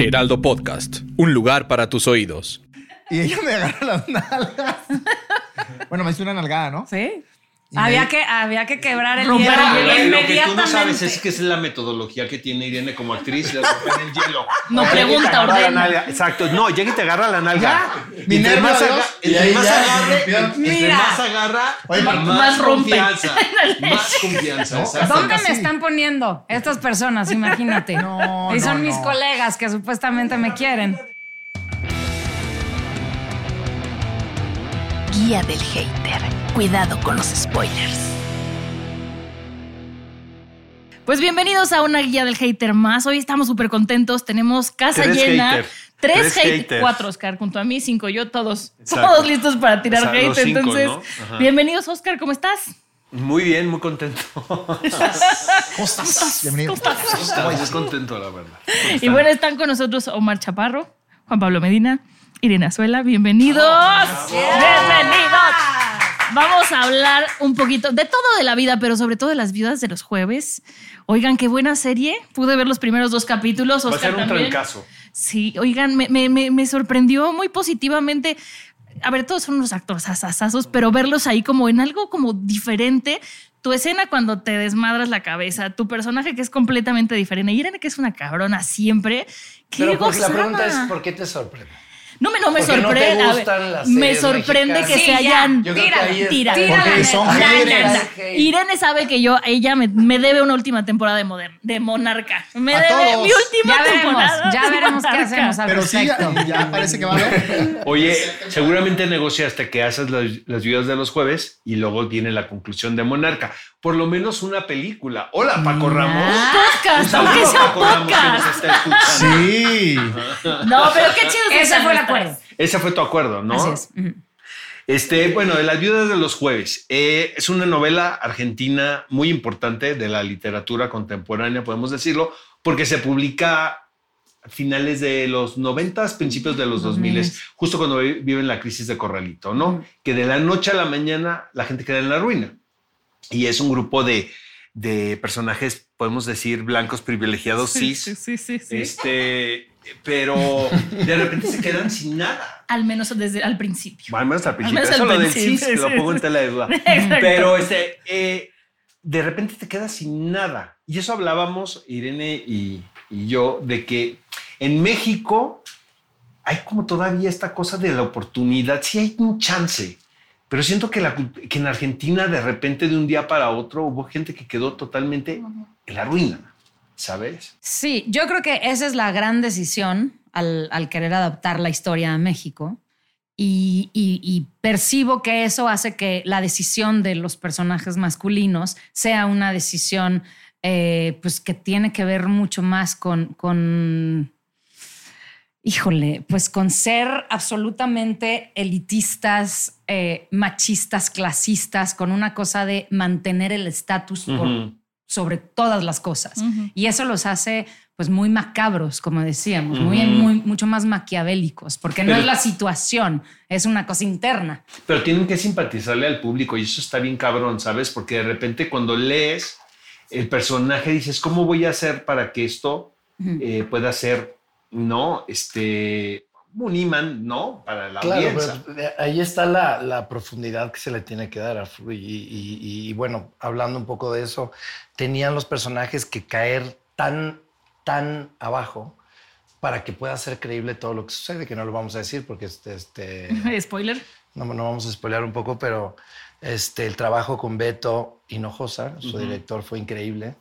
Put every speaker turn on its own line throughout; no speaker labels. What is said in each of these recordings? Heraldo Podcast, un lugar para tus oídos.
Y ella me agarra las nalgas. Bueno, me hizo una nalgada, ¿no?
Sí.
Y me-
Había que, había que quebrar el
Romper
hielo
el hielo.
Lo
Ah, inmediatamente.
que tú no sabes es que esa es la metodología que tiene Irene como actriz, la rompe en el hielo.
No
Llega y te
pregunta,
agarra la
ordena.
nalga. Exacto, no, llega y te agarra la nalga.
Ya, mi
Y entre
nervio,
más,
adiós.
agarra,
Y
entre
ahí
más
ya,
agarre,
se rompió.
entre
Mira.
más agarra,
Oye,
más,
más rompe.
confianza. más confianza, exacto.
¿Dónde
Así.
me están poniendo estas personas? Imagínate.
No,
y
no,
son
no.
mis colegas que supuestamente me quieren.
Guía del hater. Cuidado con los spoilers. Pues bienvenidos a una guía del hater más. Hoy estamos súper contentos. Tenemos casa
Tres
llena.
hater.
Tres,
Tres
hate-
hater.
Cuatro, Oscar, junto a mí, cinco yo, todos.
Exacto.
Todos listos para tirar
O sea,
hate.
los cinco,
Entonces,
¿no? Ajá.
bienvenidos, Oscar, ¿cómo estás?
Muy bien, muy contento.
Pues
pues,
Costas. Bienvenido.
Muy contento, la verdad.
Y bueno, están con nosotros Omar Chaparro, Juan Pablo Medina, Irene Azuela. Bienvenidos. Bienvenidos. Vamos a hablar un poquito de todo de la vida, pero sobre todo de las viudas de los jueves. Oigan, qué buena serie. Pude ver los primeros dos capítulos.
Pues
Va a
Oscar
ser un
también.
trancazo.
Sí, oigan, me, me- me- me sorprendió muy positivamente. A ver, todos son unos actores asasazos, pero verlos ahí como en algo como diferente. Tu escena cuando te desmadras la cabeza, tu personaje que es completamente diferente. Irene, que es una cabrona siempre. ¡Qué
Pero porque la
gozada!
pregunta es, ¿por qué te sorprende?
No me, no me
¿por qué no te
sorprende. a ver,
gustan las
me
series
sorprende que
mexicanas?
se
Sí, ya.
hayan.
Yo creo que
Tírala,
ahí es-
tírala.
tírala.
Porque son
neta.
Ya,
haters.
ya,
Haters.
ya. Irene sabe que yo, ella me, me debe una última temporada de Modern, de Monarca. Me
A
debe
todos.
mi última
Ya veremos,
temporada.
ya
de
veremos qué
Monarca.
hacemos al
Pero sí,
respecto.
ya, ya parece que va a haber.
Oye, seguramente negociaste que haces las, las viudas de los jueves y luego viene la conclusión de Monarca. Por lo menos una película. Hola, Paco Ramos.
podcast, aunque sea un
Paco Ramos, que nos
podcast.
está escuchando.
Sí.
No, pero qué chido. que
Ese
sean
fue el
los tres.
acuerdo.
Ese fue tu acuerdo, ¿no?
Así es. Ujú.
Este, bueno, de Las Viudas de los Jueves. eh, es una novela argentina muy importante de la literatura contemporánea, podemos decirlo, porque se publica a finales de los 90, principios de los 2000, justo cuando vi- viven la crisis de Corralito, ¿no? Que de la noche a la mañana la gente queda en la ruina. Y es un grupo de, de personajes, podemos decir, blancos privilegiados, cis,
Sí, sí, sí, sí.
este, pero de repente se quedan sin nada.
Al menos desde al principio.
Al menos al principio.
menos
Eso
al
lo del
principio,
CIS, lo
sí,
pongo
sí.
en tela de duda.
Exacto.
Pero este, eh, de repente te quedas sin nada. Y eso hablábamos, Irene y, y yo, de que en México hay como todavía esta cosa de la oportunidad. Sí hay un chance. Pero siento que, la cult- que en Argentina de repente de un día para otro hubo gente que quedó totalmente en la ruina, ¿sabes?
Sí, yo creo que esa es la gran decisión al, al querer adaptar la historia a México. Y, y- y percibo que eso hace que la decisión de los personajes masculinos sea una decisión eh, pues que tiene que ver mucho más con, con, híjole, pues con ser absolutamente elitistas, eh, machistas, clasistas, con una cosa de mantener el estatus por-
Ujú.
sobre todas las cosas.
Ujú.
Y eso los hace pues muy macabros, como decíamos, muy,
Ujú.
muy- mucho más maquiavélicos, porque no
Pero-
es la situación, es una cosa interna.
pero tienen que simpatizarle al público y eso está bien cabrón, ¿sabes? Porque de repente cuando lees el personaje dices, ¿cómo voy a hacer para que esto
Ujú.
eh, pueda ser, no? Este, un imán, ¿no? Para la
Claro,
audiencia.
pero de- ahí está la, la profundidad que se le tiene que dar a Fru- y, y- y, bueno, hablando un poco de eso, tenían los personajes que caer tan, tan abajo para que pueda ser creíble todo lo que sucede, que no lo vamos a decir porque este, este
Spoiler.
no, no vamos a spoilear un poco, pero este, el trabajo con Beto Hinojosa, su
Ujú.
director, fue increíble.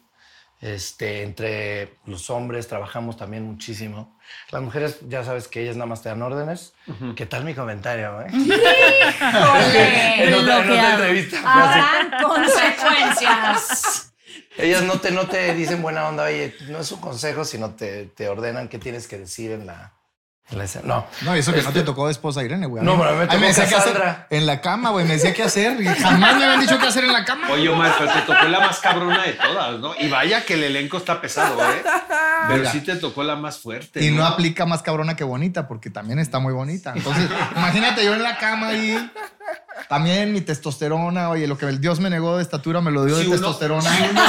Este, entre los hombres trabajamos también muchísimo. Las mujeres, ya sabes que ellas nada más te dan órdenes.
Ujú.
¿Qué tal mi comentario? eh?
¡Híjole!
en otra, en
bloqueado. Ah,
otra entrevista.
Habrán consecuencias.
Ellas no te, no te dicen buena onda, oye, no es un consejo, sino te, te ordenan qué tienes que decir en la, en la escena. No.
No, y eso que no te tocó de esposa Irene, güey. A
No,
mí-
pero a mí me
a mí
tocó
decía qué hacer
Cassandra.
en la cama, güey. Me decía qué hacer y jamás me habían dicho qué hacer en la cama.
Oye, Omar, pero te tocó la más cabrona de todas, ¿no? Y vaya que el elenco está pesado, ¿eh? Pero
Mira.
sí te tocó la más fuerte.
Y no aplica más cabrona que bonita, porque también está muy bonita. Entonces, imagínate yo en la cama ahí. También mi testosterona, oye, lo que el Dios me negó de estatura me lo dio
Si
de
uno-
testosterona.
si uno-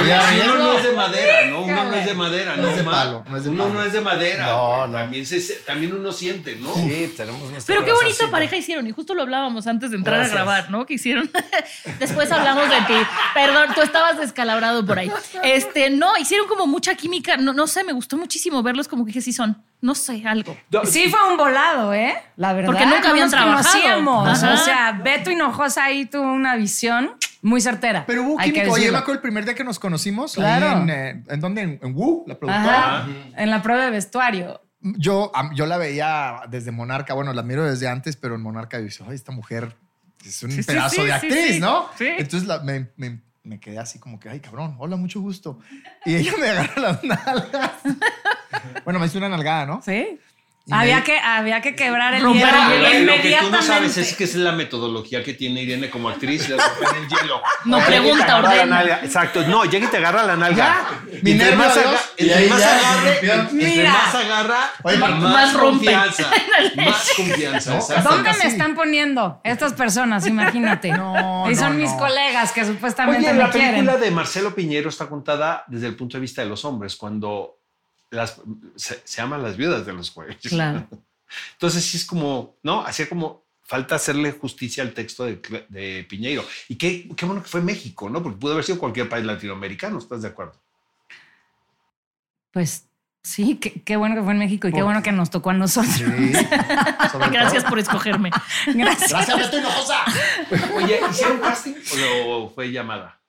Oye,
Ya
si
ves.
uno no es de madera, ¿no? Uno no es de madera, no
No es de
Omar?
palo, no es de
Uno
palo.
no es de madera.
No,
güey.
no.
También, se- se- también uno siente, ¿no?
Sí, tenemos nuestra
Pero qué bonita
conversación.
pareja hicieron, y justo lo hablábamos antes de entrar
Gracias.
a grabar, ¿no? Que hicieron. Después hablamos de ti. Perdón, tú estabas descalabrado por ahí. Este, no, hicieron como mucha química. No, no sé, me gustó muchísimo verlos como que dije, sí son. No sé, algo.
Sí fue un volado, ¿eh? La verdad.
Porque nunca
no
habían
nos
trabajado.
conocíamos.
Ajá.
O sea, Beto Hinojosa ahí tuvo una visión muy certera.
Pero hubo
hay que
química. Oye, me
decirlo.
acuerdo el primer día que nos conocimos.
Claro.
ahí en, eh, ¿en dónde? En, en Wu, la productora.
Ajá. En la prueba de vestuario.
Yo, am- yo la veía desde Monarca. Bueno, la miro desde antes, pero en Monarca yo decía, ay, esta mujer es un
Sí, sí,
pedazo
sí,
de
sí,
actriz,
sí.
¿no?
Sí.
Entonces la- me, me- me quedé así como que, ay, cabrón, hola, mucho gusto. Y ella me agarró las nalgas. bueno, me hizo una nalgada, ¿no?
Sí.
Y me-
Había que, había que quebrar el
Romper
hielo
el hielo.
Lo que tú no sabes
inmediatamente.
es que es la metodología que tiene Irene como actriz de romper el hielo.
No
Llega y te
pregunta,
agarra la
ordena.
nalga. Exacto. No, llega y te agarra la nalga.
mi
Entre
nervio,
más,
adiós.
aga-
Y
entre
ahí
más
ya,
agarre,
se rompió.
entre
Mira.
más agarra,
Oye,
más,
más rompe.
confianza. más confianza.
No,
exacto.
¿Dónde
Casi.
me están poniendo estas personas? Imagínate.
No,
y
no,
son mis
no.
colegas que supuestamente
Oye,
me
la
quieren.
película de Marcelo Piñero está contada desde el punto de vista de los hombres, cuando las, se, se aman las viudas de los jueves.
Claro.
Entonces sí es como, ¿no? Hacía como falta hacerle justicia al texto de, Cla- de Piñeiro. Y qué, qué bueno que fue México, ¿no? Porque pudo haber sido cualquier país latinoamericano, ¿estás de acuerdo?
Pues sí, qué, qué bueno que fue en México y qué bueno que nos tocó a nosotros.
Sí. Sobre todo.
Gracias por escogerme.
Gracias.
Gracias, Beto Hinojosa.
Oye, ¿hicieron casting o fue llamada?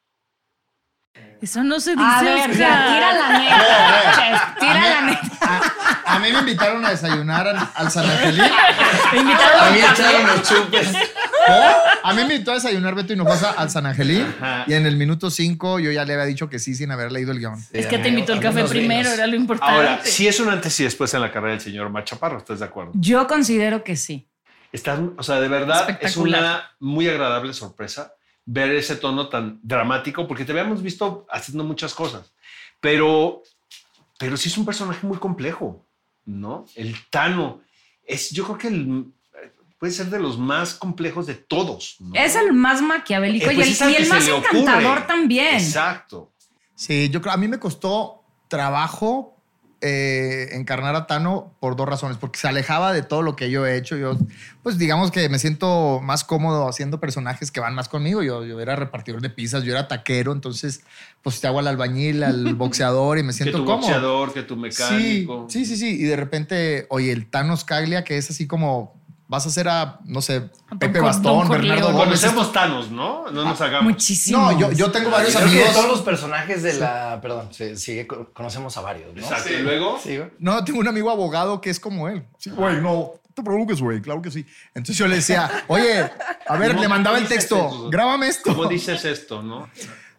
Eso no se dice.
A ver, ya,
Oscar.
tira la neta. Chef, Tira la neta.
A, a mí me invitaron a desayunar al, al San Angelín.
Me invitaron
A mí echaron los chupes.
A mí me invitó a desayunar Beto Hinojosa al San Angelín
Ajá.
y en el minuto 5 yo ya le había dicho que sí sin haber leído el guión.
Es que te invitó el café
Algunos
primero,
vinos.
era lo importante.
Ahora, sí es un antes y después en la carrera del señor Machaparro, ¿estás de acuerdo?
Yo considero que sí.
Está, o sea, de verdad es
Espectacular.
una muy agradable sorpresa ver ese tono tan dramático, porque te habíamos visto haciendo muchas cosas, pero, pero sí es un personaje muy complejo, ¿no? El Tano es, yo creo que el- puede ser de los más complejos de todos. ¿no?
Es el más maquiavélico
Eh,
y
pues
el,
es al
y
que
el
se
más
le ocurre.
encantador también.
Exacto.
Sí, yo creo, a mí me costó trabajo eh, encarnar a Tano por dos razones, porque se alejaba de todo lo que yo he hecho. Yo, pues digamos que me siento más cómodo haciendo personajes que van más conmigo. Yo, yo era repartidor de pizzas, yo era taquero, entonces pues te hago al albañil, al boxeador y me
Que
siento
tu
cómodo.
boxeador, que tu mecánico.
Sí, sí, sí, sí. Y de repente, oye, el Thanos Caglia, que es así como, vas a hacer a, no sé,
Don
Pepe
Cor- Don
Bastón,
Corleone.
Bernardo Gómez.
Conocemos Thanos, ¿no? No
Ah,
nos hagamos.
Muchísimo.
No, yo, yo tengo varios
Creo que de todos
amigos.
los personajes de la. Perdón, sí, sí, co- conocemos a varios, ¿no?
Exacto. Y luego,
Sí, güey.
No, tengo un amigo abogado que es como él. Sí, güey, no. Te preocupes, güey, claro que sí. Entonces yo le decía, oye, a ver,
No,
le mandaba el
dices
texto,
eso.
grábame esto.
¿cómo dices esto, no?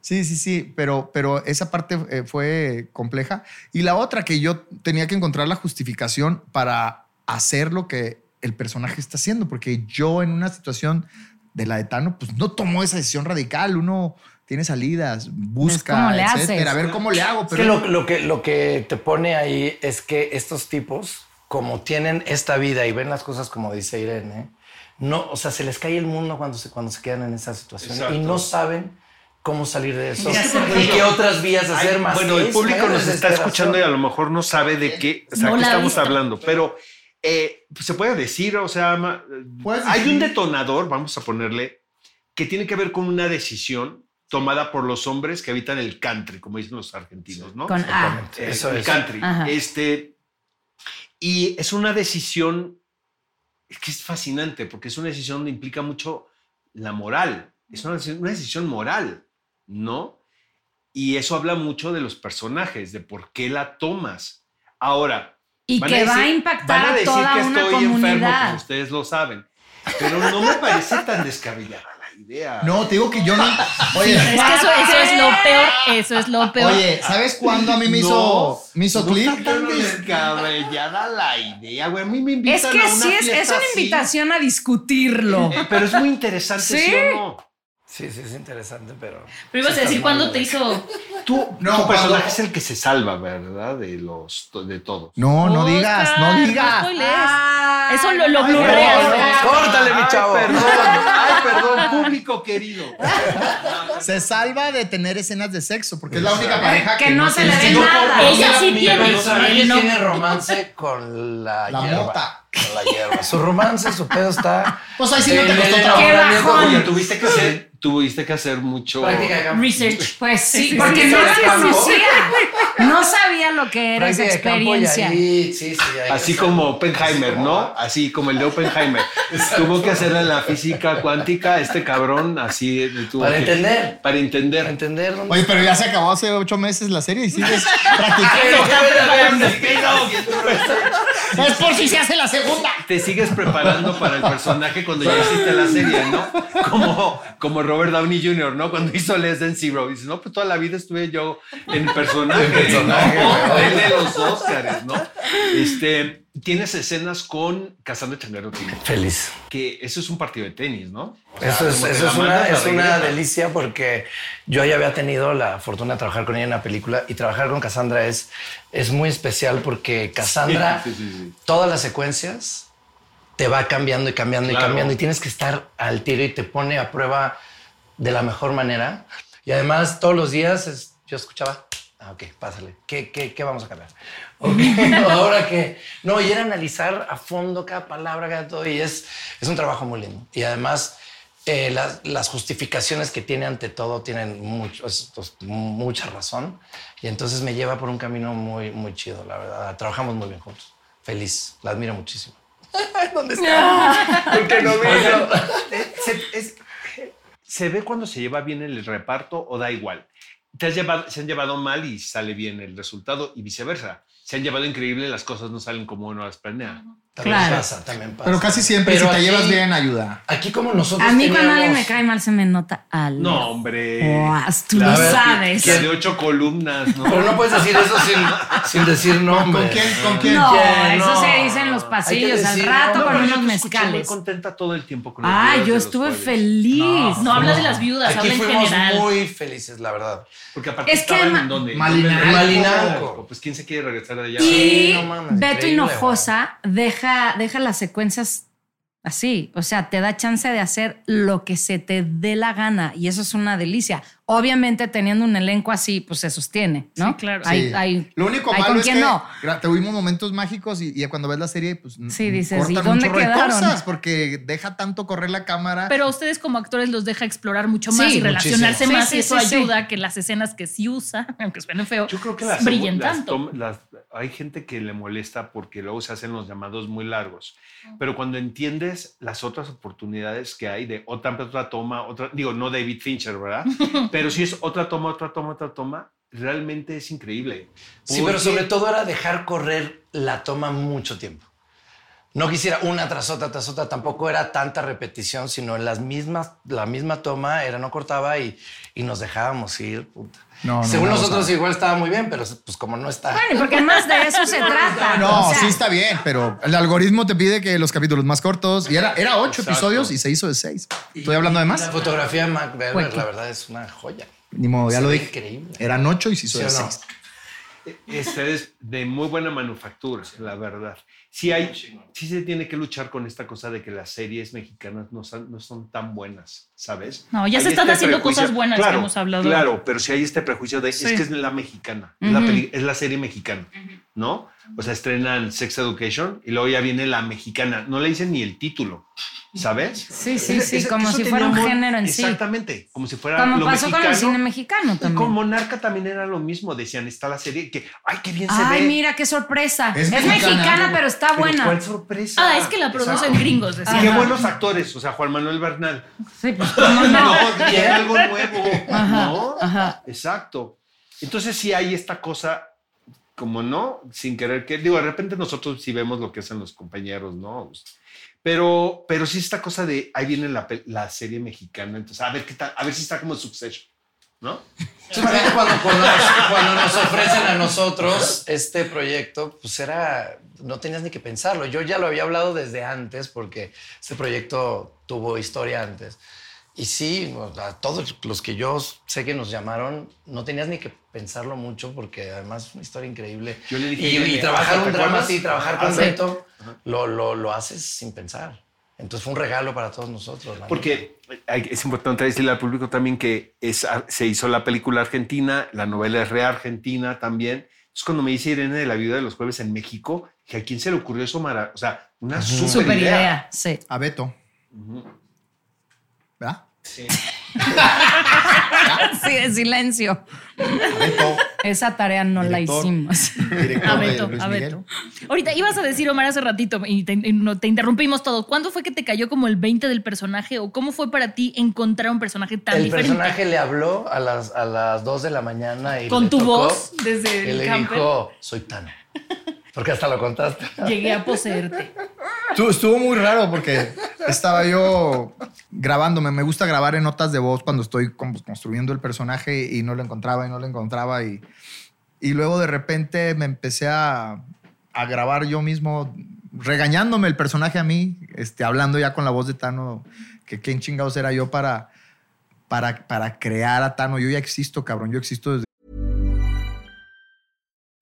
Sí, sí, sí, pero, pero esa parte eh, fue compleja. Y la otra que yo tenía que encontrar la justificación para hacer lo que el personaje está haciendo, porque yo en una situación de la de Tano, pues no tomó esa decisión radical, uno tiene salidas, busca,
¿cómo le haces?
etcétera, a ver cómo le hago,
Es
pero
que lo, lo que lo que te pone ahí es que estos tipos, como tienen esta vida y ven las cosas como dice Irene, no, o sea, se les cae el mundo cuando se, cuando se quedan en esa situación
Exacto.
y no saben cómo salir de eso
Ya sé.
y qué otras vías hacer
Ay,
más.
Bueno,
que
el
eso,
público
¿no?
nos está
Desesperación.
escuchando y a lo mejor no sabe de qué, o sea,
No
qué
la ha
estamos
visto.
hablando, pero eh, se puede decir, o sea, ma-
Puedes
hay
decir-
un detonador, vamos a ponerle, que tiene que ver con una decisión tomada por los hombres que habitan el country, como dicen los argentinos, ¿no?
Con A.
Exactamente,
Eh,
Eso
el
es.
country.
Ajá.
Este, y es una decisión, es que es fascinante, porque es una decisión que implica mucho la moral, es una decisión, una decisión moral, ¿no? Y eso habla mucho de los personajes, de por qué la tomas. Ahora,
Y
van
que va
decir-
a
van
impactar
a
a,
decir
toda
que
una
estoy enfermo, pues
comunidad.
ustedes lo saben, pero no me parece tan descabellada la idea.
No, te digo que yo no. Oye,
Es que eso, eso es lo peor, eso es lo peor.
oye
Ah,
¿sabes cuándo a mí me hizo, me hizo
no
clic?
está tan descabellada la idea, güey. A mí me
Es
invitan
que
a una
sí, es,
fiesta
es una
así,
invitación a discutirlo.
eh, pero es muy interesante, ¿sí,
Sí.
o no?
Sí, sí, es interesante, pero.
Pero ibas a decir cuándo te hizo.
Tú,
No,
tu personaje
cuando-
es el que se salva, ¿verdad? De los de todos.
No, no digas,
Oscar,
no
no
digas.
spoilees.
Ah,
Eso lo, lo ¿eh?
Ay,
blurreas.
perdón,
Córtale, mi
Ay,
chavo.
Perdón, ay, perdón, público querido.
Se salva de tener escenas de sexo, porque es la única pareja
Que no se le
tiene
dé nada.
Ella sí
Mira,
tiene.
Rosa Reyes
Él no.
tiene romance con la,
La
hierba.
mota.
Con la hierba. Su romance, su pedo está.
Pues ahí sí no te
Eh,
costó
eh,
trabajo.
Qué bajón.
Oye, tuviste que hacer, tuviste que hacer mucho.
Práctica de campo.
Research.
Pues sí,
Sí,
porque
sí,
no
sí,
la
sí,
conocía. No sabía lo que era esa
Práctica de campo y
experiencia.
ahí, sí, sí, ahí
Así
está.
como Oppenheimer,
Así como
¿no?
va.
Así como el de Oppenheimer. Tuvo que hacer en la física cuántica este cabrón así. eh, tuvo
Para
que-
entender.
Para
Para
entender.
entender dónde.
Oye, pero ya se acabó hace ocho meses la serie y sigues practicando. es por si se hace la segunda.
Te sigues preparando para el personaje cuando ya hiciste la serie, ¿no? Como, como Robert Downey Jr., ¿no? Cuando hizo Les Than Zero. Dices, no, pues toda la vida estuve yo en personaje, ¿no? El de los Oscars, ¿no? Este, tienes escenas con Casandra Changuero King,
Feliz.
que eso es un partido de tenis, ¿no? O sea,
Eso es,
como que
eso
la
es una,
mandas a
es una
regresar.
delicia porque yo ya había tenido la fortuna de trabajar con ella en una película y trabajar con Cassandra es, es muy especial porque Cassandra,
Sí, sí, sí.
todas las secuencias te va cambiando y cambiando
Claro.
y cambiando y tienes que estar al tiro y te pone a prueba de la mejor manera. Y además todos los días es- yo escuchaba, ah, ok, pásale, ¿qué, qué, qué vamos a cambiar? Ok, ahora que... No, y era analizar a fondo cada palabra, cada todo, y es, es un trabajo muy lindo. Y además eh, las, las justificaciones que tiene ante todo tienen mucho, es- pues, mucha razón, y entonces me lleva por un camino muy, muy chido, la verdad. Trabajamos muy bien juntos. Feliz, la admiro muchísimo. ¿Dónde está? Porque no veo.
Eh, se, es- ¿se ve cuando se lleva bien el reparto o da igual? Te has llevado, se han llevado mal y sale bien el resultado y viceversa. Se han llevado increíble, las cosas no salen como uno las planea.
También
Claro.
pasa, también pasa.
Pero casi siempre,
Pero
si te
aquí-
llevas bien, ayuda.
Aquí como nosotros
A mí cuando alguien me
teníamos-
cae mal se me nota algo.
No, hombre.
Guas, tú
La
lo
verdad,
Oh, sabes.
que de ocho columnas, ¿no?
Pero no puedes decir eso sin, sin decir nombre.
¿Con quién? ¿Con quién?
No,
¿Quién?
eso
No.
se dice en los
Hay que
pasillos, al
decir,
rato
no,
con
pero yo
unos
te escuché
mezcales.
Muy contenta todo el tiempo con los
Ah,
videos de
yo
los
estuve
jueves.
feliz.
No, habla de las viudas,
Aquí
habla en
fuimos
general.
muy felices, la verdad.
Porque aparte
Es que
estaban
Ma-
en donde.
Malinalco.
en
Malinalco.
Pues quién se quiere regresar de allá.
Y
Sí, no mames,
Beto
increíble,
Hinojosa deja, deja las secuencias así. O sea, te da chance de hacer lo que se te dé la gana. Y eso es una delicia. Obviamente, teniendo un elenco así, pues se sostiene, ¿no?
Sí, claro.
Hay,
Sí.
hay-
Lo único
hay
malo
con
es
quién
que
no.
gra- tuvimos momentos mágicos y, y cuando ves la serie, pues
Sí,
mm,
dices,
cortan
¿y
un
dónde
chorro de
quedaron?
cosas porque deja tanto correr la cámara.
Pero a ustedes como actores los deja explorar mucho más
Sí,
y relacionarse
muchísimo.
más
Sí,
y
sí,
eso
sí, sí.
ayuda a que las escenas que sí usa, aunque suene feo,
Yo creo que las,
brillen
las
tanto.
tom- las- hay gente que le molesta porque luego se hacen los llamados muy largos. Pero cuando entiendes las otras oportunidades que hay de otra, otra toma, otra, digo, no David Fincher, ¿verdad? pero si es otra toma, otra toma, otra toma, realmente es increíble.
Sí, pero
Porque-
sobre todo era dejar correr la toma mucho tiempo. No quisiera una tras otra, tras otra, tampoco era tanta repetición, sino en las mismas, la misma toma era no cortaba y, y nos dejábamos ir. puta.
No, no,
Según
no,
nosotros
o sea.
igual estaba muy bien, pero pues como no está.
Bueno, porque más de eso se trata.
No,
O sea,
sí está bien, pero el algoritmo te pide que los capítulos más cortos. Y era, era ocho
Exacto.
episodios y se hizo de seis. ¿Estoy hablando de
Y
más?
La fotografía de Mac Berber,
Cueca.
la verdad, es una joya.
Ni modo, ya
Se
lo
ve
dije.
increíble.
Eran ocho y se hizo
¿Sí
de
o no?
seis.
Este es de muy buena manufactura, la verdad. Sí, hay, sí se tiene que luchar con esta cosa de que las series mexicanas no son, no son tan buenas, ¿sabes?
No, ya se están haciendo cosas buenas que hemos hablado.
este Claro, pero si hay este prejuicio de
Sí.
es que es la mexicana, es, la
Ujú.
peli- es la serie mexicana, ¿no? O sea, estrenan Sex Education y luego ya viene la mexicana. No le dicen ni el título, ¿sabes?
Sí, sí,
Eso-
sí,
eso-
como
eso
si
tenía
fuera un
muy-
género en sí.
Exactamente, como si fuera
Como
lo
pasó con el
mexicano.
cine mexicano
Y
también.
con Monarca también era lo mismo, decían, está la serie que, ay, qué bien se
Ay,
ve.
mira, qué sorpresa.
Es
Es,
mexicana,
mexicana,
¿no?
pero está
Pero
buena.
¿Cuál sorpresa?
Ah, es que la producen
Exacto.
gringos.
Y
decía.
qué buenos actores, o sea, Juan Manuel Bernal.
Sí, pues cómo no.
No, y era algo nuevo,
Ajá,
¿no?
ajá.
Exacto. Entonces sí hay esta cosa como no, sin querer que, digo, de repente nosotros sí vemos lo que hacen los compañeros, ¿no? Pero, pero sí esta cosa de, ahí viene la, pel- la serie mexicana, entonces, a ver qué tal, a ver si está como Succession, ¿no?
Sí, por ejemplo, cuando, cuando nos, cuando nos ofrecen a nosotros este proyecto, pues era, no tenías ni que pensarlo. Yo ya lo había hablado desde antes porque este proyecto tuvo historia antes. Y sí, o sea, a todos los que yo sé que nos llamaron, no tenías ni que pensarlo mucho porque además es una historia increíble.
Yo le dije,
y, y
"Irene,
trabajar
¿te
un drama
acuerdas?
así, trabajar
Ah,
con
sí.
reto, lo, lo, lo haces sin pensar. Entonces fue un regalo para todos nosotros. la neta.
Porque hay- es importante decirle al público también que es, se hizo la película argentina, la novela es re argentina también. Entonces, cuando me dice Irene de la Viuda de los Jueves en México, que a quién se le ocurrió eso, Mara? O sea, una super,
Super
idea.
idea, sí.
A Beto. ¿Verdad?
Sí, de silencio.
A Beto,
Esa tarea no la
Director.
hicimos.
director
A
de
Beto,
Luis
a
Miguel.
Beto. Ahorita ibas a decir, Omar, hace ratito, y te, y no- te interrumpimos todo. ¿Cuándo fue que te cayó como el 20 del personaje o cómo fue para ti encontrar un personaje tan
el
diferente?
personaje le habló a las, a las 2 de la mañana y
Con
le
tu
tocó,
voz desde
y
el
le
camper.
dijo, soy Tano. Porque hasta lo contaste.
Llegué a poseerte.
Estuvo- Estuvo muy raro porque estaba yo grabándome. Me gusta grabar en notas de voz cuando estoy como construyendo el personaje y no lo encontraba y no lo encontraba. Y, y luego de repente me empecé a, a grabar yo mismo regañándome el personaje a mí, este, hablando ya con la voz de Tano, que quién chingados era yo para, para, para crear a Tano. Yo ya existo, cabrón. Yo existo desde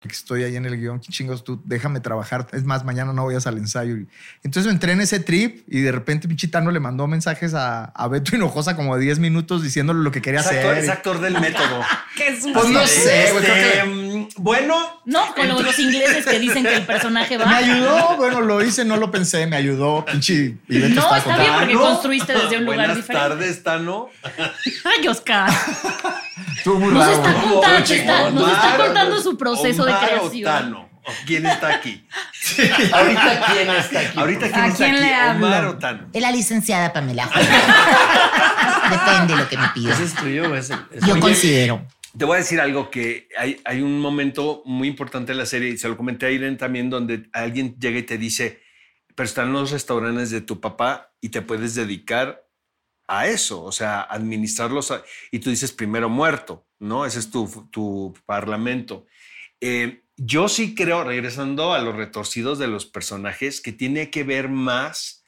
que estoy ahí en el guión, ¿qué chingos tú, déjame trabajar. Es más, mañana no vayas al ensayo. Y- Entonces entré en ese trip y de repente Pichitano le mandó mensajes a, a Beto Hinojosa como de 10 minutos diciéndole lo que quería
Es actor,
hacer.
es actor del método.
Qué sucio.
Pues no sé, güey, creo
Este,
que-
mm, Bueno,
No, con lo- los ingleses que dicen que el personaje va.
Me ayudó, bueno, lo hice, no lo pensé, me ayudó, pinche. y Beto
No,
estaba
está bien,
contando.
porque
Tano.
construiste desde un lugar
Buenas
diferente.
tardes, Tano.
Ay, Oscar.
Estuvo muy
Nos
raro.
Pues está
güey.
contando,
Oye,
está- nos está
Omar,
contando su proceso
Omar
de
o
creación.
Tano. ¿Quién está aquí?
Ahorita quién está aquí.
Ahorita quién
¿A
está
quién
aquí,
le hablo?
Omar o Tano.
Es la licenciada Pamela. Juárez. Depende de lo que me pidas.
¿Ese es tuyo o es el- es-
Yo
Oye,
considero.
Te voy a decir algo que hay, hay un momento muy importante en la serie y se lo comenté a Irene también donde alguien llega y te dice, pero están los restaurantes de tu papá y te puedes dedicar a eso, o sea, administrarlos. a- y tú dices primero muerto, ¿no? Ese es tu, tu parlamento. Eh, yo sí creo, regresando a los retorcidos de los personajes, que tiene que ver más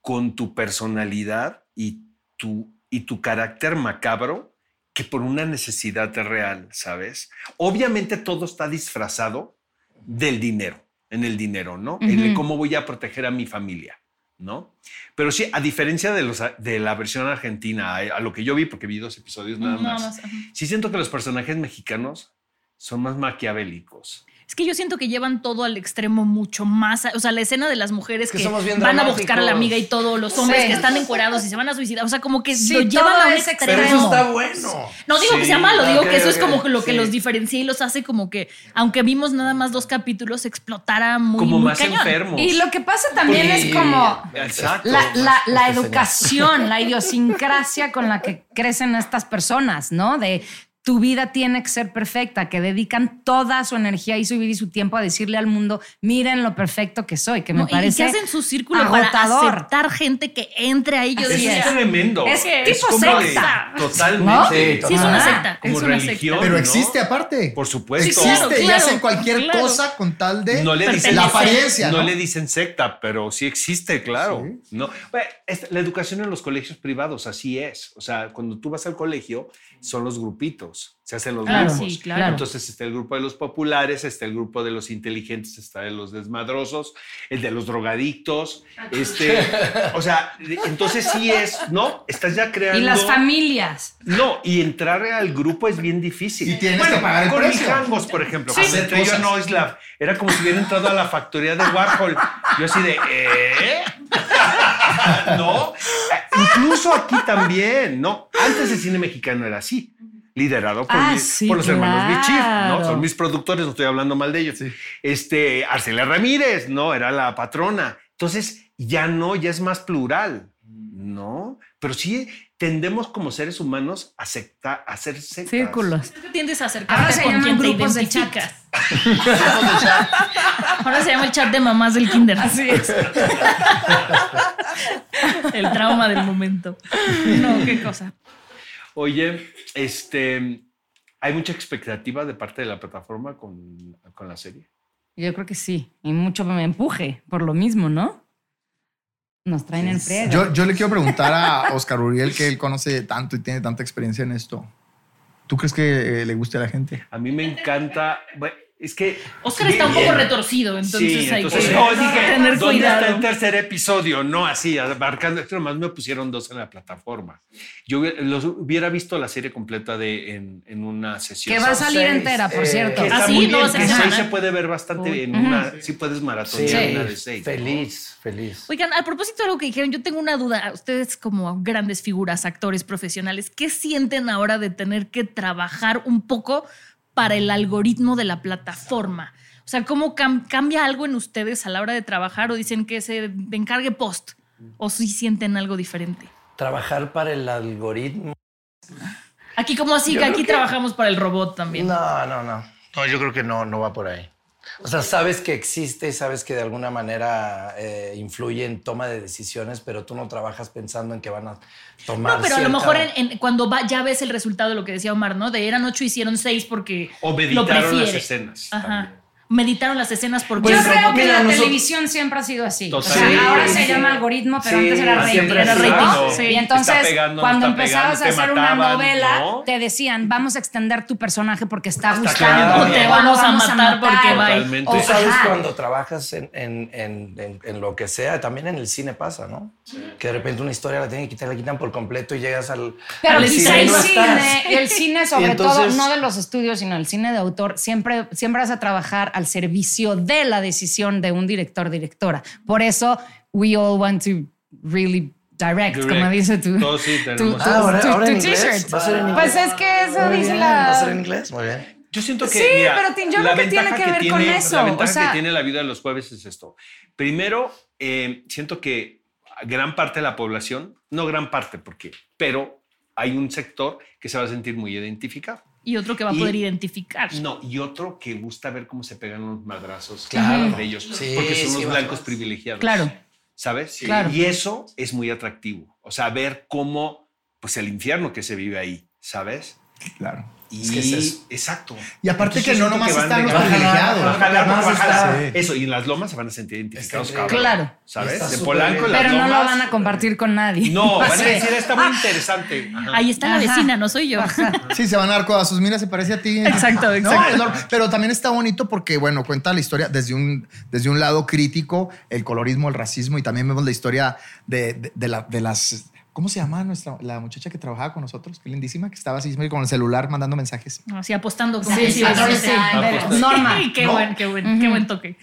con tu personalidad y tu, y tu carácter macabro que por una necesidad real, ¿sabes? Obviamente todo está disfrazado del dinero, en el dinero, ¿no? En el
Ujú.
cómo voy a proteger a mi familia, ¿no? Pero sí, a diferencia de, los, de la versión argentina, a, a lo que yo vi, porque vi dos episodios nada
Nada
más,
más, ajá.
sí siento que los personajes mexicanos son más maquiavélicos.
Es que yo siento que llevan todo al extremo mucho más. a- O sea, la escena de las mujeres
Es que
que,
somos bien
van a
dramáticos.
buscar a la amiga y todo, los hombres
Sí.
que están encuerados y se van a suicidar. O sea, como que
Sí,
lo llevan
todo
a un
es
extremo.
Pero eso está bueno.
No digo que sea
Sí,
malo, digo
ok,
que eso
ok,
es como que lo que
sí.
los diferencia y los hace como que, aunque vimos nada más dos capítulos, explotara muy,
como
muy
más
cañón.
enfermos.
Y lo que pasa también es como
Exacto.
la, la- la
Este señor.
educación, la idiosincrasia con la que crecen estas personas, ¿no? De tu vida tiene que ser perfecta, que dedican toda su energía y su vida y su tiempo a decirle al mundo, miren lo perfecto que soy, que me
No, ¿Y
parece
qué hacen su círculo
agotador.
para aceptar gente que entre ahí? Yo
Es
diría,
tremendo.
Es tipo
como de-
secta.
Totalmente.
¿No?
Sí,
sí, es una
Ah,
secta.
como
es una
religión.
secta.
Pero
¿no?
existe aparte.
Por supuesto.
Existe
claro,
y hacen
claro,
cualquier
claro.
cosa con tal de
No le dicen
la
Pertenecer.
apariencia.
no,
No,
le dicen secta, pero sí existe, claro. No, Bueno, es- la educación en los colegios privados así es. O sea, cuando tú vas al colegio son los grupitos, se hacen los
Claro,
grupos.
sí, claro.
Entonces está el grupo de los populares, está el grupo de los inteligentes, está de los desmadrosos, el de los drogadictos, este, o sea, entonces sí es, ¿no? Estás ya creando
Y las familias.
No, y entrar al grupo es bien difícil.
Y tienes que pagar el
con
precio.
Mijangos, por ejemplo,
Sí.
cuando
Hacer
entré yo a
cosas.
Noislav, era como si hubiera entrado a la factoría de Warhol. Yo así de, ¿eh? ¿No? Eh, Incluso aquí también, ¿no? Antes el cine mexicano era así, liderado por,
Ah,
mi-
sí,
por los hermanos Bichir, ¿no?
claro.
Son mis productores, no estoy hablando mal de ellos. Este, Arcelia Ramírez, ¿no? Era la patrona. Entonces, ya no, ya es más plural, ¿no? Pero sí tendemos como seres humanos a, secta- a hacer sectas.
Círculos.
Tú tiendes a
Ahora
acercarte
se
con
llaman
quien te
grupos de
identificas. Ahora se llama el chat de mamás del kinder. Así es. el trauma del momento. No, qué cosa.
Oye, este, hay mucha expectativa de parte de la plataforma con, con la serie.
Yo creo que sí. Y mucho me empuje por lo mismo, ¿no? Nos traen en friega.
Yo, yo le quiero preguntar a Oscar Uriel, que él conoce tanto y tiene tanta experiencia en esto. ¿Tú crees que eh, le guste a la gente?
A mí me encanta, bueno, es que...
Oscar está un poco
Bien.
retorcido, entonces
eh, sí,
hay
entonces,
que
no, dije,
tener
¿dónde
cuidado.
está el tercer episodio? No, así, abarcando. Es que nomás me pusieron dos en la plataforma. Yo hubiera- los hubiera visto la serie completa de, en, en una sesión.
que va a
Son
salir
seis,
entera, por
eh,
cierto.
que está
Ah, sí,
muy
no
bien,
va a ser
que seis
semana.
se puede ver bastante en
Ujú.
una, sí puedes maratonear una de seis. ¿no?
feliz, feliz.
Oigan, al propósito de algo que dijeron, yo tengo una duda. Ustedes como grandes figuras, actores, profesionales, ¿qué sienten ahora de tener que trabajar un poco para el algoritmo de la plataforma? O sea, ¿cómo cam- cambia algo en ustedes a la hora de trabajar o dicen que se encargue post? ¿O si sienten algo diferente?
Trabajar para el algoritmo.
Aquí como así, que aquí trabajamos para el robot también.
No, no, no. No, yo creo que no, no va por ahí. O sea, sabes que existe y sabes que de alguna manera eh, influye en toma de decisiones, pero tú no trabajas pensando en que van a tomar.
No, pero a lo
cierta-
mejor en- en- cuando va, ya ves el resultado de lo que decía Omar, ¿no? De eran ocho, hicieron seis porque
O
lo
meditaron las
prefiere.
escenas.
Ajá.
también.
Meditaron las escenas porque...
Pues,
yo creo que la
mira, nosotros-
televisión siempre ha sido así. O sea,
Total.
ahora
Sí,
se
sí.
llama algoritmo, pero
Sí,
antes era rating.
siempre
era
ha sido
rating.
así. Sí.
Y entonces,
Está pegando, no
cuando
está
empezabas a
pegando, te
hacer una
mataban,
novela,
¿no?
te decían, vamos a extender tu personaje porque está
claro.
gustando.
O te
lo
vamos a matar porque bye.
Totalmente.
O-
Tú sabes
Ajá.
cuando trabajas en, en- en- en- en lo que sea, también en el cine pasa, ¿no? Que de repente una historia la tienen que quitar, la quitan por completo y llegas al.
Pero
al
quizá
cine y
el
no estás.
cine, el cine sobre
Y entonces-
todo, no de los estudios, sino el cine de autor, siempre, siempre vas a trabajar al servicio de la decisión de un director, directora. Por eso, we all want to really direct,
Direct.
como dice tu,
Todos sí
tu,
tenemos-
Ah, ahora- ahora en inglés.
t-shirt.
Va a ser en
Pues
inglés.
es que eso
Muy
dice
bien,
la...
¿Va a ser en inglés? Muy bien.
Yo siento que.
Sí,
mira,
pero ti- yo creo
la
que tiene
ventaja
que ver con
tiene-
eso,
La
o
ventaja
sea-
que tiene la vida de los jueves es esto. Primero, eh, siento que gran parte de la población, no gran parte, porque, pero hay un sector que se va a sentir muy identificado.
Y otro que va a
Y-
poder identificar.
No, y otro que gusta ver cómo se pegan los madrazos
Claro.
de ellos,
Sí,
porque son
sí,
los
más-
blancos privilegiados.
Claro.
¿Sabes?
Claro.
Y eso es muy atractivo. O sea, ver cómo, pues el infierno que se vive ahí, ¿sabes?
Claro.
Y
Es que es eso.
exacto.
Y aparte
Entonces
que no
siento
nomás
van
están
de
los
gana.
privilegiados.
Van jalando,
Nomás
van jalando.
está-
Eso, y en las lomas se van a sentir identificados,
Está
cabrón.
increíble.
Claro.
¿Sabes?
Está
de
súper
Polanco, en
bien.
las
Pero no lo
lomas.
van a compartir con nadie.
No, van a
Sí. Ah.
decir, está muy interesante. Ajá.
Ahí está la
Ajá.
vecina, no soy yo.
Sí, se van a dar codazos. Mira, se parece a ti.
Exacto,
No,
exacto.
es normal. pero también está bonito porque, bueno, cuenta la historia desde un, desde un lado crítico, el colorismo, el racismo, y también vemos la historia de, de- de la- de las. ¿Cómo se llama nuestra, la muchacha que trabajaba con nosotros? Qué lindísima, que estaba así con el celular mandando mensajes.
Así apostando con
Sí, sí, sí, sí. Norma.
Qué
¿no?
buen, qué buen, qué buen toque.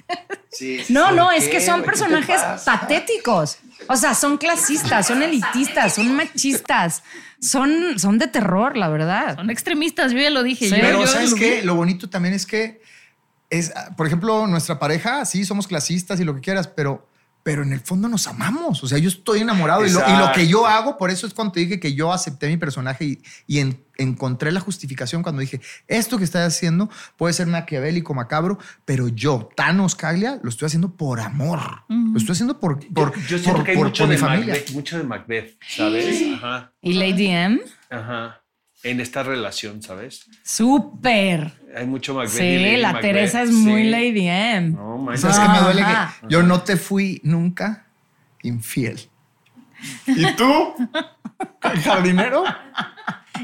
No, no,
¿Por
es
qué,
que son
güey? ¿Qué te
personajes
pasa?
patéticos. O sea, son clasistas, son elitistas, son machistas, son, son de terror, la verdad.
Son extremistas, yo ya lo dije.
Sí.
yo-
Pero
yo
¿sabes
lo vi.
qué? Lo bonito también es que es, ah, por ejemplo, nuestra pareja, sí, somos clasistas y lo que quieras, pero, pero en el fondo nos amamos. O sea, yo estoy enamorado y lo, y lo que yo hago, por eso es cuando te dije que yo acepté mi personaje y, y en- encontré la justificación cuando dije, esto que estás haciendo puede ser maquiavélico, macabro, pero yo, Thanos Caglia, lo estoy haciendo por amor. Lo estoy haciendo por, por,
Yo siento
por,
que hay
por-
mucho,
por
de
mi familia.
Macbeth, mucho de Macbeth, ¿sabes? Ajá,
Y Lady M,
ajá. En esta relación, ¿sabes?
súper.
Hay mucho Macbeth. y
Sí,
Lady
la
Macbeth,
Teresa es
sí.
muy Lady M.
No, man.
¿Sabes que me duele?
Ah, Ajá.
Que yo no te fui nunca infiel. ¿Y tú? ¿Jardinero?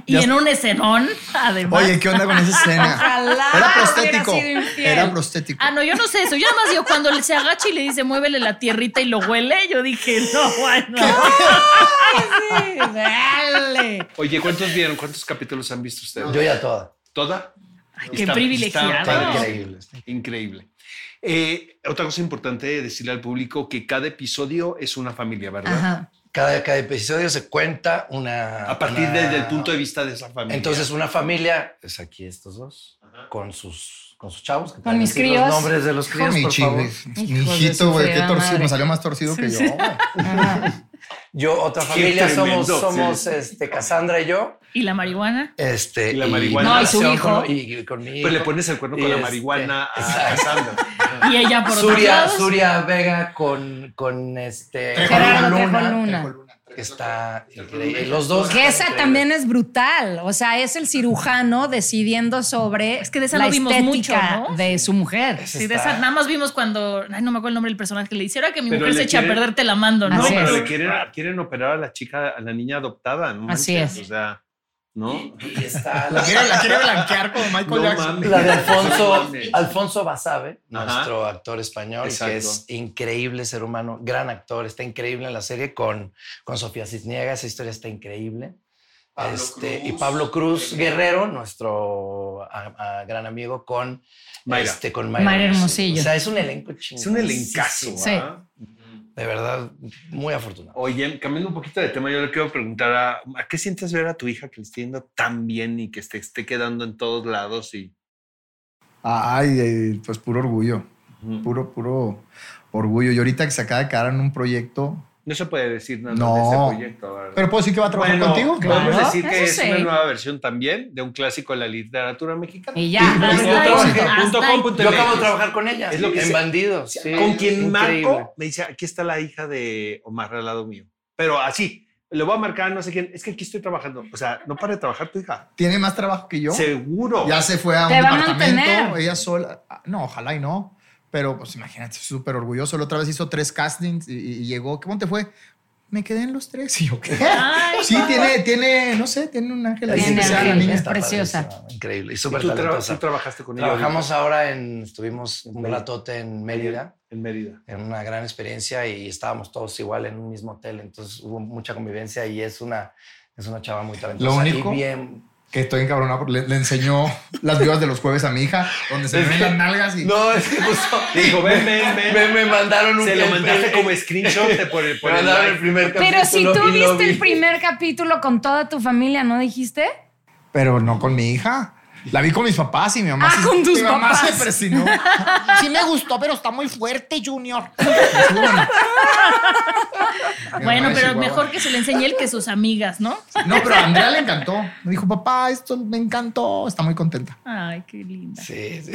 Y en un escenón, además.
Oye, ¿qué onda con esa escena?
Ojalá
Era
hubiera
prostético.
sido infiel.
Era prostético.
Ah, no, yo no sé eso. Yo nada más digo, cuando se agacha y le dice, muévele la tierrita y lo huele, yo dije, no, bueno.
Sí, dale.
Oye, ¿cuántos vieron? ¿Cuántos capítulos han visto ustedes?
Yo ya toda.
¿Toda?
qué privilegiado.
padre.
Increíble.
Increíble. Eh, otra cosa importante decirle al público que cada episodio es una familia, ¿verdad?
Ajá.
Cada, cada episodio se cuenta una...
A partir
una-
desde el punto de vista de esa familia.
Entonces, una familia es aquí estos dos, con sus, con sus chavos. que
Con
pueden
mis
decir
críos.
Los nombres de los
Hijo,
críos,
mi
por favor.
chile,
Hijo
mi
de
hijito,
su
güey, qué
fregada
torcido.
madre.
Me salió más torcido que yo. güey.
Yo, otra
Qué
familia,
tremendo,
somos,
sí.
somos este, Cassandra y yo.
¿Y la marihuana?
Este,
Y la marihuana.
mi
No, y
su
relación
hijo.
Con, y, y con mi
Pues le
hijo.
pones el cuerno
Y
con la
este,
marihuana a
exacto.
Cassandra.
Y ella por otro
Suria,
lado.
Suria Vega con, con este.
Gerardo
Luna,
Trejo Luna.
que Está. increíble. Los dos. este,
Que esa
están
también es brutal. O sea, es el cirujano decidiendo sobre
Es que de esa
la
no vimos
estética
mucho, ¿no?
de su mujer.
Sí, de esas, nada más vimos cuando, ay, no me acuerdo el nombre del personaje que le dice, ahora que mi
Pero
mujer
le
se echa a
quiere-
perder, te la mando, ¿no?
No,
Así
pero
es.
le quieren, quieren operar a la chica, a la niña adoptada. ¿no?
Así
manches,
es.
O sea, ¿no?
increíbles. Y está
La
la,
quiere, la quiere blanquear como Michael
No
Jackson.
mames.
la de Alfonso,
mames.
Alfonso Basabe,
Ajá.
nuestro actor español,
Exacto.
que es increíble ser humano, gran actor, está increíble en la serie con, con Sofía Cisniega, esa historia está increíble. Este, y Pablo Cruz Guerrero, nuestro a- a gran amigo, con
Mayra.
este, con Mayra,
Mayra Hermosillo.
O sea, es un elenco chingón.
Es un elencazo.
Sí.
¿ah?
De verdad, muy afortunado.
Oye, cambiando un poquito de tema, yo le quiero preguntar a, ¿a qué sientes ver a tu hija que le esté yendo tan bien y que esté, esté quedando en todos lados y
Ay, ay, pues puro orgullo. Puro, puro orgullo. Y ahorita que se acaba de quedar en un proyecto.
no se puede decir nada
No.
de ese proyecto? ¿verdad?
Pero puedo decir que va a trabajar
Bueno,
contigo.
podemos
Claro.
decir que
Eso
es una
sí.
nueva versión también de un clásico de la literatura mexicana. Este,
Y ya.
Y-
hasta
Yo
ahí.
trabajé
hasta
punto
ahí.
com, punto
Yo
MX.
acabo de trabajar con ella.
Es lo que
en
sé.
Bandidos. sí,
con quien
increíble.
marco me dice, aquí está la hija de Omar al lado mío. Pero así, le voy a marcar a no sé quién. Es que aquí estoy trabajando. O sea, no para de trabajar tu hija.
Tiene más trabajo que yo.
Seguro.
Ya se fue a un
Te va a
departamento,
mantener.
ella sola. Ah, No, ojalá y no. Pero pues imagínate, súper orgulloso. La otra vez hizo tres castings y, y llegó. ¿Cómo te fue? Me quedé en los tres. Y yo, ¿qué? sí, tiene, tiene, no sé, tiene un ángel ahí
Ah. Tiene
especial, la
ángel,
niña.
es preciosa.
padrísima, Increíble. Y
Y
súper
tú, tra-
talentosa.
tú trabajaste con ella.
Trabajamos ahora en. Estuvimos
En
un
Mérida.
ratote en
ahorita,
Mérida,
En Mérida.
en una gran experiencia y estábamos todos igual en un mismo hotel. Entonces hubo mucha convivencia y es una, es una chava muy talentosa.
Lo único-
Y bien.
Que estoy encabronado porque le, le enseñó las vivas de los jueves a mi hija, donde se
Es
me ven
que-
las nalgas y.
No, es que puso.
Dijo, ven, ven, ven.
Me, me mandaron un.
pues, Se lo
el-
mandaste
el-
como screenshot de por el- por
me
el
mandaron
live.
el primer
Pero si
capítulo
tú
y lo
viste el
vi.
primer capítulo con toda tu familia, ¿no dijiste?
Pero no con mi hija. La vi con mis papás y mi mamá.
Ah,
sí-
con tus
mi mamá
papás.
se presionó.
Sí me gustó, pero está muy fuerte, Junior.
Bueno,
Ay,
pero
Chihuahua.
mejor que se le enseñe él que sus amigas, ¿no?
No, pero a Andrea le encantó. Me dijo, papá, esto me encantó. Está muy contenta.
Ay, qué linda.
Sí, sí.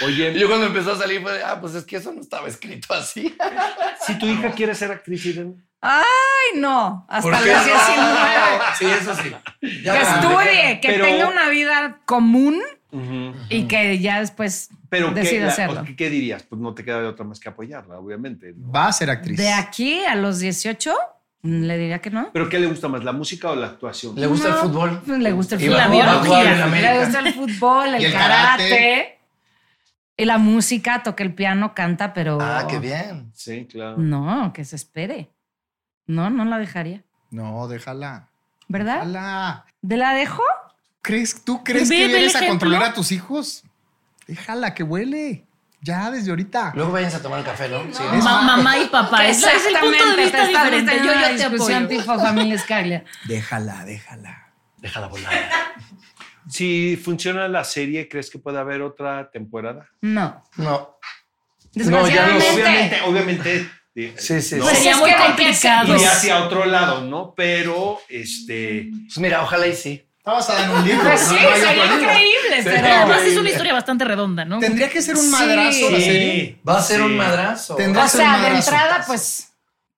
Y
Oye,
yo cuando empezó a salir fue, de, ah, pues es que eso no estaba escrito así.
si tu hija quiere ser actriz, Irene,
Ay, no. Hasta los 19.
Sí, eso sí. Ya
Que
la-
estudie, que
Pero-
tenga una vida común y que ya después
pero ¿qué,
decida
la-
hacerlo.
¿qué- qué dirías? Pues no te queda de otra más que apoyarla, obviamente. ¿no?
Va a ser actriz.
De aquí a los 18, mm, le diría que no.
¿Pero qué le gusta más, la música o la actuación?
¿Le gusta
No,
el fútbol?
pues Le gusta el
Y
fútbol.
va
a jugar- va a jugar en
Le
América.
gusta el fútbol, el,
Y el
karate.
karate.
Y la música, toca el piano, canta, pero.
Ah, qué bien.
Sí, claro.
No, que se espere. No, no la dejaría.
No, déjala.
¿Verdad?
Déjala.
¿De la dejo?
¿Crees, ¿Tú crees
Ve, ve
que
el
vienes a
ejemplo.
controlar a tus hijos? Déjala, que huele. Ya, desde ahorita.
Luego váyanse a tomar un café, ¿no? Sí.
Es
Ma-
más-
mamá y papá. Es, es el punto de vista
te estás
diferente.
metiendo
Yo
en una
ya te
discusión
apoyo.
tipo familia Escaglia.
Déjala, déjala.
Déjala volar.
Si funciona la serie, ¿crees que puede haber otra temporada?
No.
No.
No, ya no,
Desgraciadamente.
obviamente, obviamente. eh,
Sí, sí,
¿no?
Pues
Sería
es
muy
que de qué
complicado.
Iría
servicio.
hacia otro lado, ¿no? Pero, este.
Pues mira, ojalá y sí.
Está basada en un libro.
Pues
no
sí,
hay otro
sería
libro.
increíble,
Sería
pero. pues,
Además, es una historia bastante redonda, ¿no?
Tendría que ser un
Sí.
madrazo la
sí,
serie.
Va a ser
sí.
un madrazo.
Tendrá-
O
Tendría que ser un
sea, de
madrazo.
entrada, pues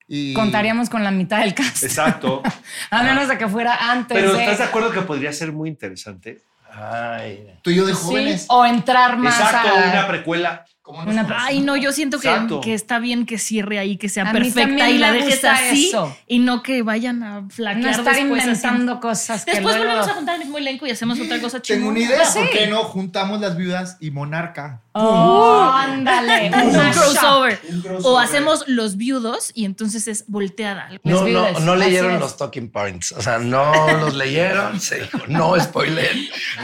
Y-
contaríamos con la mitad del cast.
Exacto.
A menos de que fuera antes
Pero
de.
¿estás de acuerdo que podría ser muy interesante?
Ay.
Tú y yo de
Sí, Oh,
jóvenes.
o entrar más
Exacto,
a.
una precuela.
como
una-
nosotros.
Ay, no, yo siento que,
Exacto.
que está bien que cierre ahí, que sea
A mí
perfecta
también
y la
me
dejes
gusta
así
eso.
y no que vayan a flaquear
no estar
después. así.
inventando cosas. que
Después
luego-
volvemos a juntar el mismo elenco y hacemos otra cosa chingona.
Tengo una idea.
Sí.
¿Por qué no juntamos las viudas y monarca?
Oh, ándale.
Un
mashup.
crossover.
Un crossover.
O hacemos los viudos y entonces es volteada.
No, no,
viudas,
no leyeron
así es.
los talking points. O sea, no los leyeron. Se dijo, no spoiler.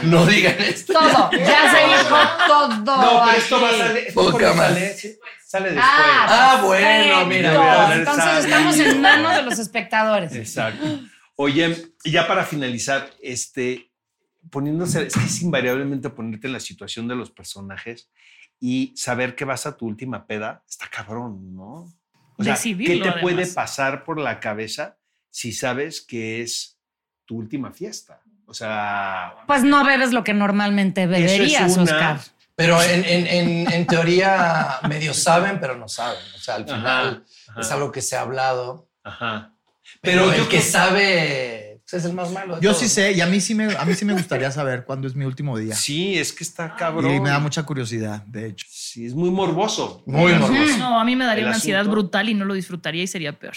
No digan esto.
Todo. Ya se dijo todo.
No, pero esto
aquí.
va a salir. esto
Poca
porque
madre.
sale, sí, sale después.
Ah,
Ah, bueno, mira,
perfecto.
mira,
Entonces
sale.
estamos en manos de los espectadores.
Exacto. Oye, y ya para finalizar, este, poniéndose, es que es invariablemente ponerte en la situación de los personajes y saber que vas a tu última peda, está cabrón, ¿no? O sea, ¿qué
Decidirlo,
te puede
además.
pasar por la cabeza si sabes que es tu última fiesta? O sea,
Pues no bebes lo que normalmente
es
beberías,
una-
Oscar.
Pero en, en- en- en teoría medio saben, pero no saben. O sea, al
Ajá,
final
ajá.
es algo que se ha hablado.
ajá.
Pero, el
yo
que
creo-
sabe pues, es el más malo. de
Yo
todos.
sí sé, y a mí sí me, a mí sí me gustaría saber cuándo es mi último día.
Sí, es que está cabrón.
Y me da mucha curiosidad, de hecho.
Sí, es muy morboso.
Muy morboso.
No, a mí me daría
El
una ansiedad
asunto.
brutal y no lo disfrutaría y sería peor.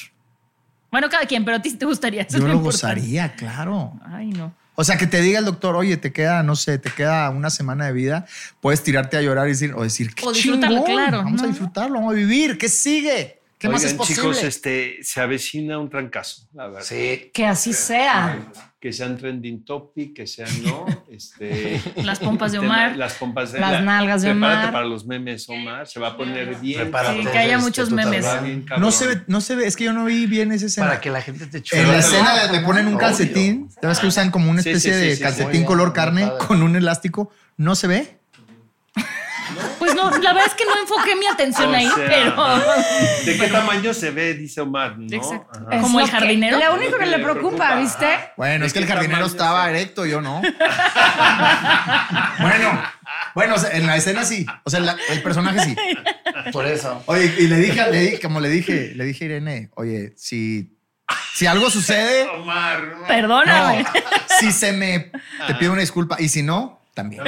Bueno, cada quien, pero a ti sí te gustaría. eso es
Yo lo
lo importante.
gozaría, claro.
Ay, no.
O sea, que te diga el doctor, oye, te queda, no sé, te queda una semana de vida, puedes tirarte a llorar y decir, o decir, qué
O disfrutarlo,
chingón,
claro,
Vamos
¿no?
a disfrutarlo, vamos a vivir, ¿qué sigue? ¿Qué más es
Oigan,
posible?
chicos, este, se avecina un trancazo, la verdad.
Sí.
Que así sea.
que sean trending topic, que sean no, este,
Las pompas de
el tema-
Omar.
las pompas de
Las nalgas de
prepárate
Omar.
para los memes Omar, se va a poner bien.
Prepárate.
Sí, que haya
este,
muchos
tú
memes.
Va
también.
bien cabrón.
no se ve, no se ve, es que yo no vi bien esa escena.
Para que la gente te chule.
En la
Pero-
escena le- le ponen un
Obvio.
calcetín, ya ves que usan como una
Sí,
especie
sí, sí,
de
sí,
muy
calcetín
bien,
color
muy
carne
padre.
con un elástico, ¿no se ve?
Pues no, la verdad es que no enfoqué mi atención
O
ahí,
sea,
pero.
¿De qué tamaño se ve? Dice Omar, ¿no?
Exacto.
Ajá.
Es
Como
lo
el
que-
jardinero.
Lo único que
que
le
le
preocupa,
preocupa,
¿viste?
ajá.
Bueno,
¿De
es que
qué
el jardinero
tamaño
estaba
es?
erecto, yo no. bueno, bueno, o sea, en la escena sí, o sea, la- el personaje sí.
Por eso.
Oye, y le dije, le di- como le dije, le dije a Irene, oye, si, si algo sucede,
Omar, ¿no?
no,
Perdóname.
si se me, te pido una disculpa, y si no, también.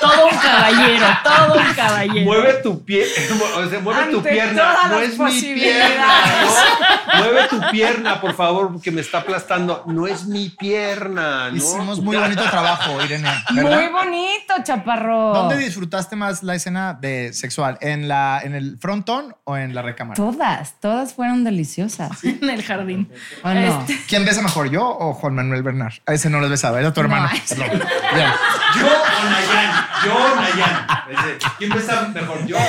Todo un caballero, todo un caballero.
Mueve tu pie, o sea, mueve tu
Ante
pierna,
todas
no
las
es mi pierna.
posibilidades.
¿no? Mueve tu pierna, por favor, porque me está aplastando. No es mi pierna, ¿no?
Hicimos muy bonito trabajo, Irene. ¿verdad?
Muy bonito, chaparro.
¿Dónde disfrutaste más la escena de sexual? ¿En, la, en el frontón o en la recámara?
Todas, todas fueron deliciosas.
En el jardín.
¿O no?
Este-
¿Quién besa mejor, yo o Juan Manuel Bernard? A ese no lo besaba, era tu hermano.
ese-
Perdón. Bien.
Yo o Nayan, yo o Nayan. Ese, ¿Quién está mejor, yo o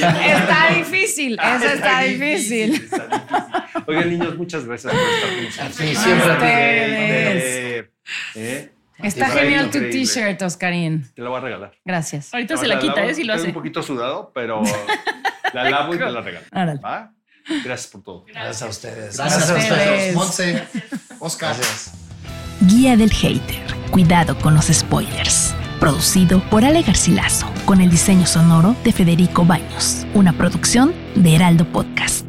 Nayan? Ah,
Está difícil, eso Ah, está, difícil.
está difícil. Oigan, niños, muchas gracias por estar con nosotros.
Sí, siempre a ti.
Eh, eh,
Está
Increíble,
genial tu
increíble.
t-shirt, Oscarín.
Te la voy a regalar.
Gracias.
Ahorita se la quita,
lavo,
¿eh? Si lo
estoy
hace.
un poquito sudado, pero la lavo y te la regalo.
Órale.
¿Va? Gracias por todo.
Gracias a ustedes.
Gracias a ustedes.
ustedes.
Monse, Oscar.
Gracias.
Guía del Hater. Cuidado con los spoilers. Producido por Ale Garcilaso, con el diseño sonoro de Federico Baños, una producción de Heraldo Podcast.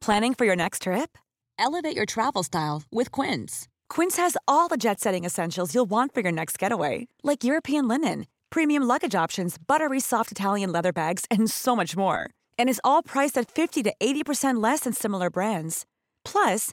Planning for your next trip?
Elevate your travel style with Quince.
Quince has all the jet setting essentials you'll want for your next getaway, like European linen, premium luggage options, buttery soft Italian leather bags, and so much more. And is all priced at 50 to 80% less than similar brands. Plus,